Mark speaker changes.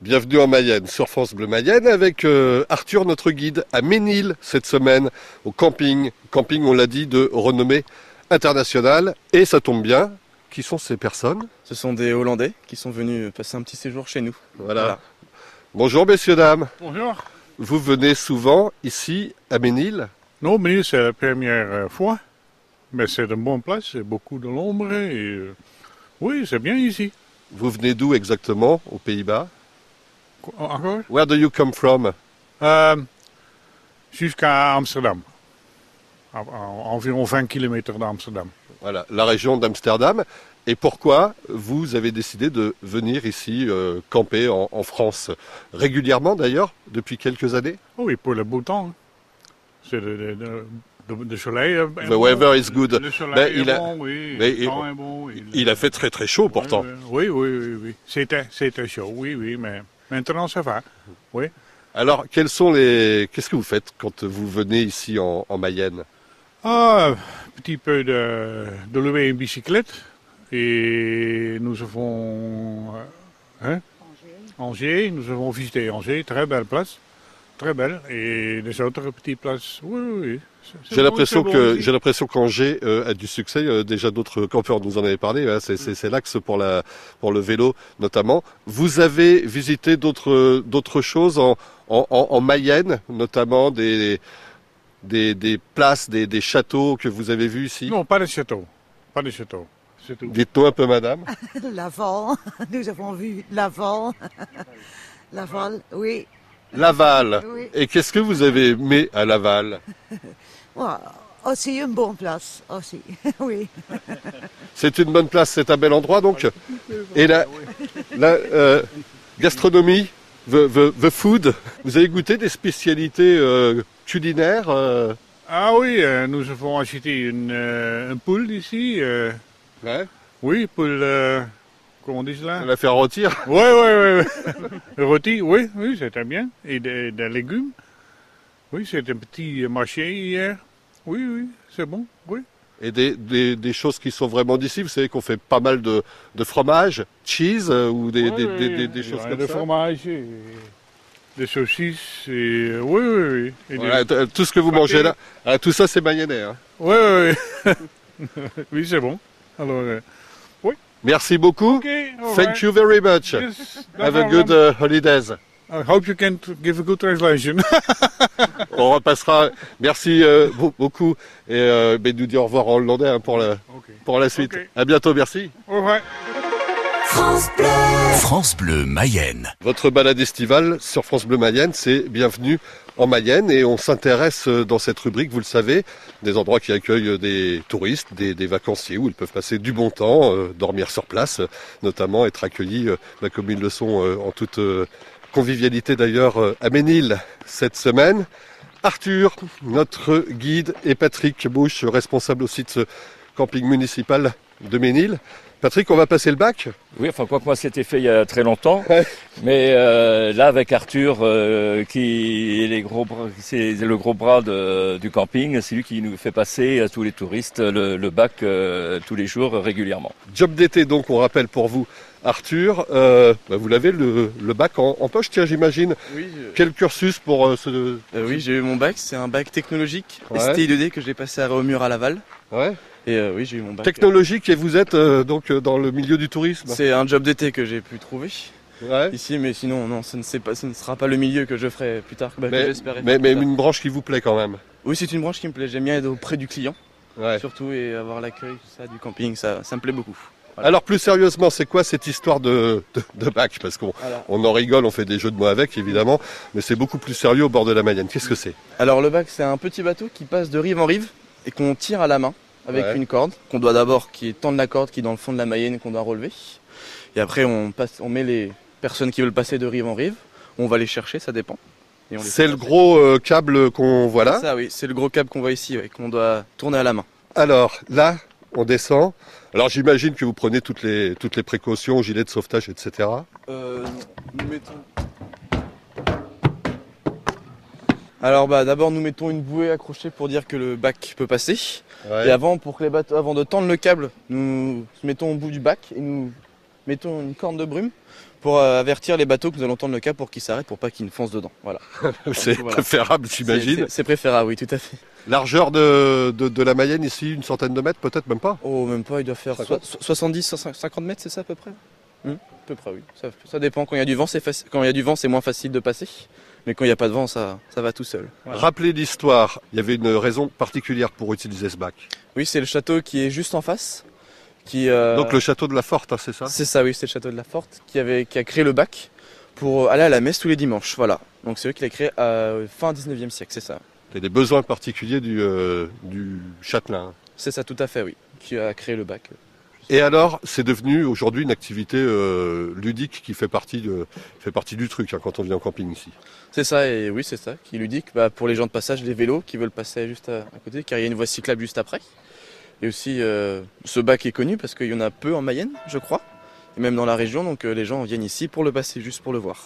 Speaker 1: Bienvenue en Mayenne, sur France Bleu Mayenne, avec euh, Arthur, notre guide, à Ménil cette semaine, au camping. Camping, on l'a dit, de renommée internationale. Et ça tombe bien, qui sont ces personnes
Speaker 2: Ce sont des Hollandais qui sont venus euh, passer un petit séjour chez nous.
Speaker 1: voilà. Bonjour, messieurs, dames.
Speaker 3: Bonjour.
Speaker 1: Vous venez souvent ici, à Ménil
Speaker 3: Non, mais c'est la première euh, fois. Mais c'est une bonne place, c'est beaucoup de l'ombre. Et, euh, oui, c'est bien ici.
Speaker 1: Vous venez d'où exactement, aux Pays-Bas
Speaker 3: Qu- Encore
Speaker 1: Where do you come from
Speaker 3: Euh, Jusqu'à Amsterdam. À- à- environ 20 km d'Amsterdam.
Speaker 1: Voilà, la région d'Amsterdam. Et pourquoi vous avez décidé de venir ici euh, camper en, en France Régulièrement d'ailleurs, depuis quelques années
Speaker 3: Oh oui, pour le beau temps. hein. C'est de, de- de- de- de soleil. euh, est
Speaker 1: The
Speaker 3: bon.
Speaker 1: weather is good.
Speaker 3: Le soleil
Speaker 1: Ben,
Speaker 3: est
Speaker 1: il a-
Speaker 3: bon, oui.
Speaker 1: mais
Speaker 3: le
Speaker 1: il-
Speaker 3: temps est bon. oui.
Speaker 1: Il a fait très très chaud pourtant.
Speaker 3: Oui, oui, oui. oui, oui. C'était, c'était chaud, oui, oui. Mais maintenant, ça va.
Speaker 1: Alors, quels sont les... qu'est-ce que vous faites quand vous venez ici en, en Mayenne
Speaker 3: Ah, un petit peu de, de louer une bicyclette. Et nous avons euh, hein, Angers, nous avons visité Angers, très belle place, très belle. Et les autres petites places, oui, oui. oui, c'est- c'est
Speaker 1: J'ai
Speaker 3: bon,
Speaker 1: l'impression
Speaker 3: c'est bon
Speaker 1: que
Speaker 3: aussi.
Speaker 1: j'ai l'impression qu'Angers euh, a du succès. euh, déjà d'autres campeurs nous en avaient parlé. hein, c'est, c'est- c'est l'axe pour la pour le vélo notamment. Vous avez visité d'autres d'autres choses en, en, en- en Mayenne notamment des des, des places, des, des châteaux que vous avez vus ici.
Speaker 3: Non, pas de château, pas de château, c'est tout.
Speaker 1: Dites-nous un peu, madame.
Speaker 4: Laval, nous avons vu Laval. Laval, oui.
Speaker 1: Laval.
Speaker 4: oui.
Speaker 1: Et qu'est-ce que vous avez aimé à Laval
Speaker 4: Ouais, aussi Oh, une bonne place, aussi, oui.
Speaker 1: C'est une bonne place, c'est un bel endroit donc. Et la, la euh, gastronomie, the, the- the food, vous avez goûté des spécialités euh, culinaires euh,
Speaker 3: Ah oui, euh, nous avons acheté une, euh, un poule ici. euh, oui, poule, euh, comment on dit cela
Speaker 1: à La faire rôtir
Speaker 3: Oui, oui, oui. Rôti, oui, oui, c'était bien. Et des des légumes. Oui, c'est un petit marché hier. Oui, oui, c'est bon, oui.
Speaker 1: et des, des- des choses qui sont vraiment d'ici. Vous savez qu'on fait pas mal de, de fromage, cheese euh, ou des,
Speaker 3: Oui,
Speaker 1: des-
Speaker 3: oui,
Speaker 1: des-
Speaker 3: oui.
Speaker 1: des- des
Speaker 3: Il y
Speaker 1: choses
Speaker 3: aurait
Speaker 1: comme
Speaker 3: des
Speaker 1: ça.
Speaker 3: fromages, et des saucisses, et euh, oui, oui, oui. Et des-
Speaker 1: Voilà, t- tout ce que vous
Speaker 3: Pâté.
Speaker 1: mangez là, ah, tout ça c'est mayennais. hein.
Speaker 3: Oui, oui, oui. oui, c'est bon. Alors, euh,
Speaker 1: Merci beaucoup.
Speaker 3: OK, all
Speaker 1: Thank
Speaker 3: right.
Speaker 1: you very much.
Speaker 3: Yes, no
Speaker 1: Have a
Speaker 3: problem.
Speaker 1: good uh, holidays.
Speaker 3: I hope you can t- give a good translation.
Speaker 1: On repassera. Merci euh, beau- beaucoup. Et euh, ben, nous dit au revoir en hollandais hein, pour, la,
Speaker 3: OK.
Speaker 1: pour la suite.
Speaker 3: Ok.
Speaker 1: À bientôt, merci.
Speaker 3: All right.
Speaker 5: France Bleu Mayenne.
Speaker 1: Votre balade estivale sur France Bleu Mayenne, c'est bienvenue en Mayenne et on s'intéresse euh, dans cette rubrique, vous le savez, des endroits qui accueillent euh, des touristes, des, des vacanciers où ils peuvent passer du bon temps, euh, dormir sur place, euh, notamment être accueillis euh, bah, comme ils le sont euh, en toute euh, convivialité d'ailleurs euh, à Ménil cette semaine. Arthur, notre guide, et Patrick Bouche, responsable aussi de ce camping municipal de Ménil. Patrick, on va passer le bac
Speaker 6: Oui, enfin, quoi que moi, c'était fait il y a très longtemps.
Speaker 1: Ouais.
Speaker 6: Mais euh, là, avec Arthur, euh, qui est, les gros bras- c'est le gros bras de- du camping, c'est lui qui nous fait passer à tous les touristes le, le bac euh, tous les jours euh, régulièrement.
Speaker 1: Job d'été, donc, on rappelle pour vous, Arthur. Euh, bah, vous l'avez le, le bac en, en poche, tiens, j'imagine.
Speaker 2: Oui, je-
Speaker 1: Quel cursus pour euh, ce.
Speaker 2: euh, oui, j'ai eu mon bac, c'est un bac technologique,
Speaker 1: Ouais.
Speaker 2: STI2D que j'ai passé à Romur à Laval.
Speaker 1: Ouais.
Speaker 2: Et euh, oui, j'ai eu mon bac.
Speaker 1: Technologique, et vous êtes euh, donc euh, dans le milieu du tourisme.
Speaker 2: C'est un job d'été que j'ai pu trouver
Speaker 1: Ouais.
Speaker 2: ici, mais sinon, non, ce ne, c'est pas, ce ne sera pas le milieu que je ferai plus tard, bah, que
Speaker 1: Mais,
Speaker 2: j'espérais.
Speaker 1: mais,
Speaker 2: faire
Speaker 1: mais
Speaker 2: plus tard.
Speaker 1: une branche qui vous plaît quand même.
Speaker 2: Oui, c'est une branche qui me plaît, j'aime bien être auprès du client,
Speaker 1: Ouais.
Speaker 2: surtout, et avoir l'accueil, tout ça, du camping, ça, ça me plaît beaucoup.
Speaker 1: Alors, plus sérieusement, c'est quoi cette histoire de, de, de bac Parce qu'on
Speaker 2: Alors,
Speaker 1: on en rigole, on fait des jeux de mots avec, évidemment, mais c'est beaucoup plus sérieux au bord de la Mayenne. Qu'est-ce que c'est
Speaker 2: Alors le bac, c'est un petit bateau qui passe de rive en rive et qu'on tire à la main avec
Speaker 1: Ouais.
Speaker 2: une corde qu'on doit d'abord qui est tendre la corde qui est dans le fond de la Mayenne qu'on doit relever. Et après on passe, on met les personnes qui veulent passer de rive en rive. On va les chercher, ça dépend. Et on les
Speaker 1: C'est
Speaker 2: fait
Speaker 1: le
Speaker 2: passer.
Speaker 1: gros euh, câble qu'on voit là.
Speaker 2: Ça oui, c'est le gros câble qu'on voit ici, ouais, qu'on doit tourner à la main.
Speaker 1: Alors là, on descend. Alors j'imagine que vous prenez toutes les, toutes les précautions, gilets de sauvetage, etc. Euh,
Speaker 2: Alors bah d'abord nous mettons une bouée accrochée pour dire que le bac peut passer.
Speaker 1: Ouais.
Speaker 2: Et avant, pour que les bateaux, avant de tendre le câble, nous mettons au bout du bac et nous mettons une corne de brume pour euh, avertir les bateaux que nous allons tendre le cap pour qu'ils s'arrêtent pour pas qu'ils ne foncent dedans. Voilà.
Speaker 1: C'est
Speaker 2: Voilà.
Speaker 1: préférable, j'imagine.
Speaker 2: C'est- c'est- C'est préférable, oui, tout à fait.
Speaker 1: Largeur de, de, de la Mayenne ici, une centaine de mètres, peut-être même pas.
Speaker 2: Oh, même pas, il doit faire so-
Speaker 1: 50.
Speaker 2: so- 70, 50 50 mètres, c'est ça à peu près Hmm, À peu près, oui. Ça, ça dépend. Quand il y a du vent, c'est faci- quand il y a du vent, c'est moins facile de passer. Mais quand il n'y a pas de vent, ça, ça va tout seul. Voilà.
Speaker 1: Rappelez l'histoire. Il y avait une raison particulière pour utiliser ce bac.
Speaker 2: Oui, c'est le château qui est juste en face. Qui, euh,
Speaker 1: Donc le château de la Forte, hein, c'est ça
Speaker 2: C'est ça, oui, c'est le château de la Forte qui, avait, qui a créé le bac pour euh, aller à la messe tous les dimanches. Voilà. Donc c'est eux qui l'ont créé euh, fin 19e siècle, c'est ça.
Speaker 1: Il y a des besoins particuliers du, euh, du châtelain.
Speaker 2: C'est ça, tout à fait, oui. Qui a créé le bac.
Speaker 1: Et alors, c'est devenu aujourd'hui une activité euh, ludique qui fait partie, de, fait partie du truc hein, quand on vient en camping ici.
Speaker 2: C'est ça, et oui, c'est ça, qui ludique bah, pour les gens de passage, les vélos qui veulent passer juste à, à côté, car il y a une voie cyclable juste après. Et aussi, euh, ce bac est connu parce qu'il y en a peu en Mayenne, je crois, et même dans la région, donc euh, les gens viennent ici pour le passer, juste pour le voir.